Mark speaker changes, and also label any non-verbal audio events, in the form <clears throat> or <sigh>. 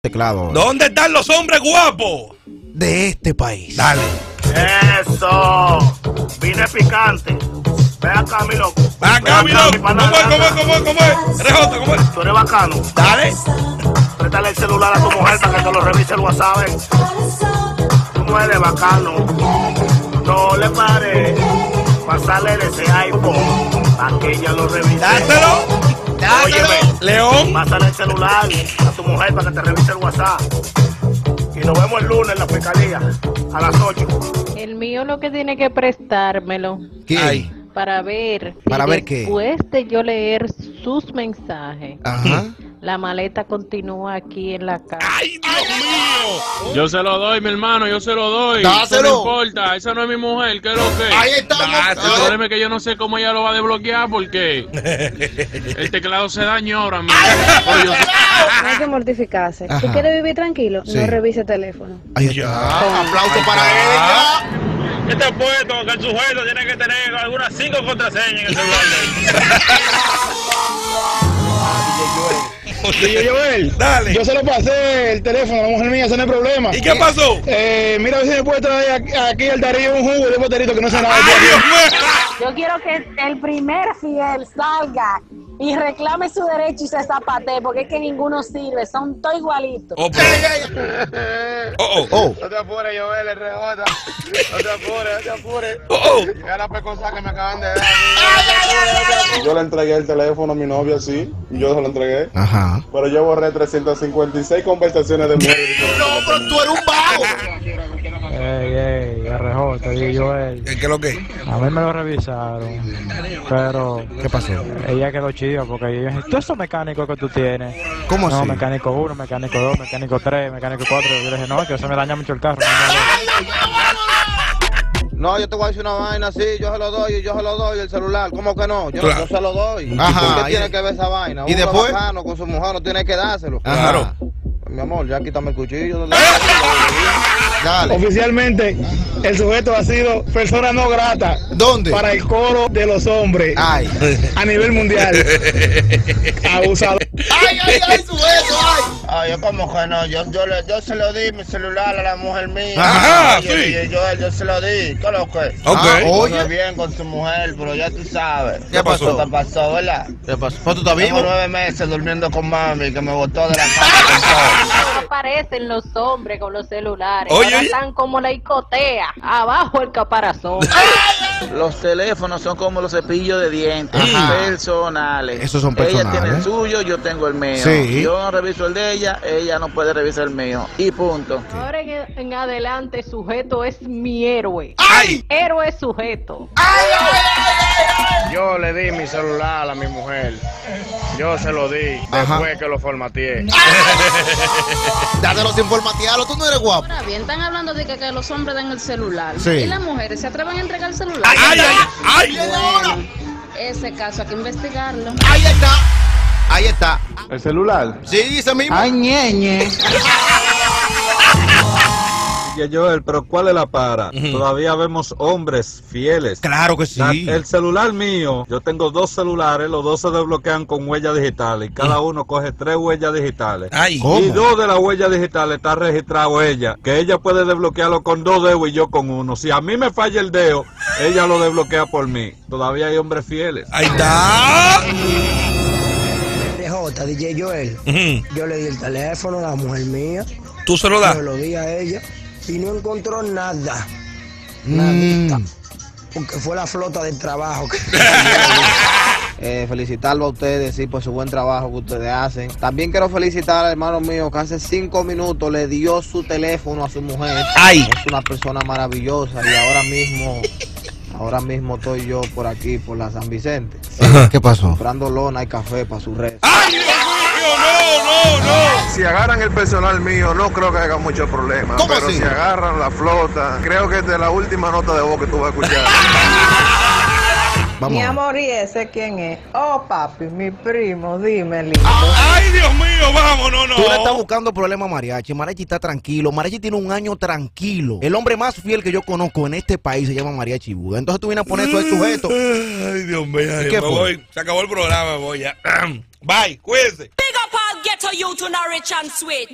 Speaker 1: teclados.
Speaker 2: ¿Dónde están los hombres guapos?
Speaker 1: De este país.
Speaker 2: Dale.
Speaker 3: Eso. Vine picante. Ve acá, mi loco.
Speaker 2: Ven Acá, mi loco. ¿Cómo es, cómo es, cómo es, cómo es? RJ, ¿cómo es?
Speaker 3: Tú eres bacano.
Speaker 2: Dale.
Speaker 3: Préstale el celular a tu mujer para que te lo revise el WhatsApp. ¿eh? Tú no eres bacano. No le pare. Pasarle de ese iPhone para que ella lo revise.
Speaker 2: Dátelo.
Speaker 3: Óyeme.
Speaker 2: León.
Speaker 3: Pásale el celular a tu mujer para que te revise el WhatsApp. Y nos vemos el lunes en la fiscalía a las 8.
Speaker 4: El mío lo que tiene que prestármelo
Speaker 1: ¿Quién?
Speaker 2: Ay.
Speaker 4: para ver.
Speaker 1: ¿Para
Speaker 4: y
Speaker 1: ver qué?
Speaker 4: después de yo leer sus mensajes,
Speaker 1: Ajá.
Speaker 4: la maleta continúa aquí en la casa.
Speaker 2: ¡Ay, Dios mío!
Speaker 5: Yo se lo doy, mi hermano, yo se lo doy.
Speaker 6: Dáselo.
Speaker 5: Eso no importa, esa no es mi mujer, ¿qué es lo que?
Speaker 6: Ahí estamos.
Speaker 5: El
Speaker 2: Dáselo.
Speaker 5: problema es que yo no sé cómo ella lo va a desbloquear
Speaker 6: <laughs>
Speaker 5: porque el teclado se dañó ahora mismo. Pero yo-
Speaker 7: <laughs> No hay que mortificarse.
Speaker 1: Ajá.
Speaker 7: ¿Tú quieres vivir tranquilo?
Speaker 1: Sí.
Speaker 7: No revise el teléfono.
Speaker 1: <clears throat> Ahí está.
Speaker 6: Ah, aplauso para ella.
Speaker 8: Yo te apuesto Ah. Este que el sujeto tiene que tener algunas cinco contraseñas en el celular de
Speaker 9: DJ Joel,
Speaker 2: Dale.
Speaker 9: yo se lo pasé el teléfono a la mujer mía, ese no es problema.
Speaker 2: ¿Y qué pasó?
Speaker 9: Eh, mira a ver si me puede traer aquí- aquí al Darío un jugo de boterito que no se nada.
Speaker 2: ¡Ay, Dios mío!
Speaker 10: Yo quiero que el primer fiel salga y reclame su derecho y se zapatee, porque es que ninguno sirve, son todos igualitos.
Speaker 2: Oh, pero- oh, oh,
Speaker 1: Oh,
Speaker 6: No te apures, Joel, RJ. No te apures, no te apures.
Speaker 2: oh,
Speaker 6: Mira la pecosa que me acaban de <laughs> dar. Yo le entregué el teléfono a mi novia, sí. Yo se lo entregué.
Speaker 1: ajá.
Speaker 6: Pero yo borré 356 conversaciones de mujeres.
Speaker 1: No, pero tú eres un vago.
Speaker 11: Ey, ey, RJ, digo Joel.
Speaker 2: ¿Qué es lo que?
Speaker 11: A mí me lo revisaron, pero
Speaker 1: ¿Qué pasó?
Speaker 11: ella quedó chiva porque ella dijo, todos esos mecánicos que tú tienes.
Speaker 1: ¿Cómo
Speaker 11: no,
Speaker 1: así?
Speaker 11: mecánico 1, mecánico 2, mecánico 3, mecánico 4. Yo le dije, no, que eso me daña mucho el carro. no,
Speaker 6: No, yo te voy a decir una vaina, sí, yo se lo doy, yo se lo doy el celular, ¿cómo que no? Yo, no-
Speaker 2: Claro.
Speaker 6: yo se lo doy.
Speaker 1: Ajá,
Speaker 6: ¿Qué
Speaker 1: y-
Speaker 6: tiene que ver esa vaina?
Speaker 1: ¿y
Speaker 6: Uno
Speaker 1: después?
Speaker 6: bacano con su mujer no tiene que dárselo.
Speaker 1: Ajá.
Speaker 6: Mi amor, ya quítame el cuchillo.
Speaker 1: Dale.
Speaker 9: Oficialmente, el sujeto ha sido persona no grata
Speaker 1: ¿Dónde?
Speaker 9: para el coro de los hombres
Speaker 1: <laughs> Ay.
Speaker 9: a nivel
Speaker 6: <laughs>
Speaker 9: mundial. Abusador.
Speaker 6: ¡Ay, ay, ay, su ay! Ay, yo como que no, yo, yo, le- yo se lo di mi celular a la mujer mía.
Speaker 2: Ajá,
Speaker 6: Oye,
Speaker 2: sí.
Speaker 6: y Yo, yo, se lo di, ¿qué lo que?
Speaker 2: Ok.
Speaker 1: Ah,
Speaker 6: Oye.
Speaker 1: oye.
Speaker 6: bien con su mujer, pero ya tú sabes.
Speaker 1: ¿Qué pasó?
Speaker 6: ¿Qué pasó, verdad?
Speaker 1: ¿Qué pasó? ¿Pues tú estás
Speaker 6: Tengo
Speaker 1: vivo?
Speaker 6: nueve meses durmiendo con mami que me botó
Speaker 1: <laughs>
Speaker 6: de la casa.
Speaker 4: No aparecen los hombres con los celulares.
Speaker 2: Oye,
Speaker 4: Ahora
Speaker 2: oye.
Speaker 4: están como la icotea, abajo el
Speaker 2: <laughs>
Speaker 4: caparazón.
Speaker 8: Los teléfonos son como los cepillos de dientes,
Speaker 1: Ajá.
Speaker 8: personales.
Speaker 1: Esos son
Speaker 8: Ella tiene el
Speaker 1: personales.
Speaker 8: suyo, yo tengo el mío.
Speaker 1: Sí.
Speaker 8: Yo no reviso el de ella, ella no puede revisar el mío. Y punto.
Speaker 4: Ahora en, en adelante, sujeto es mi héroe.
Speaker 2: ¡Ay!
Speaker 4: Héroe sujeto.
Speaker 6: Yo le di mi celular a mi mujer. Yo se lo di
Speaker 1: Ajá. después
Speaker 6: que lo formateé.
Speaker 1: Dátelo sin formatearlo, tú no eres guapo.
Speaker 10: Ahora bien, están hablando de que, que los hombres dan el celular.
Speaker 1: Sí.
Speaker 10: ¿Y las mujeres se atreven a entregar el celular?
Speaker 2: ¡Ay, ay, ay! ay.
Speaker 10: Bueno, ese caso hay que investigarlo.
Speaker 1: Ahí está. Ahí está.
Speaker 6: ¿El celular?
Speaker 1: Sí, dice mismo.
Speaker 6: ñeñe.
Speaker 11: Joel, pero ¿cuál es la para? Todavía vemos hombres fieles.
Speaker 1: Claro que
Speaker 6: Ah,
Speaker 1: sí.
Speaker 11: La- El celular mío, yo tengo dos celulares, los dos se desbloquean con huellas digitales. Cada uno coge tres huellas digitales.
Speaker 2: Ay.
Speaker 1: ¿Cómo?
Speaker 11: Y dos de las huellas digitales está registrado ella, que ella puede desbloquearlo con dos dedos y yo con uno. Si a mí me falla el dedo, ella lo desbloquea por mí. Todavía hay hombres fieles.
Speaker 2: Ahí está.
Speaker 3: DJ, DJ Joel.
Speaker 2: Ujú.
Speaker 3: Yo le di el teléfono a la mujer mía,
Speaker 2: Tú se lo das.
Speaker 3: se lo di a ella y no encontró nada,
Speaker 1: Mm.
Speaker 3: porque fue la flota del trabajo. que-
Speaker 2: <laughs>
Speaker 6: Eh, felicitarlo a ustedes, sí, por su buen trabajo que ustedes hacen. También quiero felicitar al hermano mío que hace cinco minutos le dio su teléfono a su mujer.
Speaker 2: Ay.
Speaker 6: Es una persona maravillosa y ahora mismo, ahora mismo estoy yo por aquí, por la San Vicente,
Speaker 1: ¿Qué pasó?
Speaker 6: comprando lona y café para su red.
Speaker 2: ¡Ay, Dios mío! ¡No, no, no!
Speaker 9: Si agarran el personal mío, no creo que haga mucho problema.
Speaker 1: ¿Cómo pero así? si
Speaker 9: agarran la flota, creo que es de la última nota de voz que tú vas a escuchar.
Speaker 1: Vamos. a ver.
Speaker 7: ¿y ese quién es? Oh, papi, mi primo, dime,
Speaker 2: ¡Ay, Dios mío! ¡Vamos, no, no!
Speaker 1: Tú le estás buscando problema a Mariachi. Mariachi está tranquilo. Mariachi tiene un año tranquilo. El hombre más fiel que yo conozco en este país se llama Mariachi Buda. Entonces tú vienes a poner eso al sujeto.
Speaker 2: Ay, Dios mío.
Speaker 1: ¿Y
Speaker 2: ay,
Speaker 1: qué
Speaker 2: me
Speaker 1: fue?
Speaker 2: voy. Se acabó el programa, me voy ya. <clears throat> Bye, cuídense.
Speaker 10: Big up all ghetto youth to rich and sweet.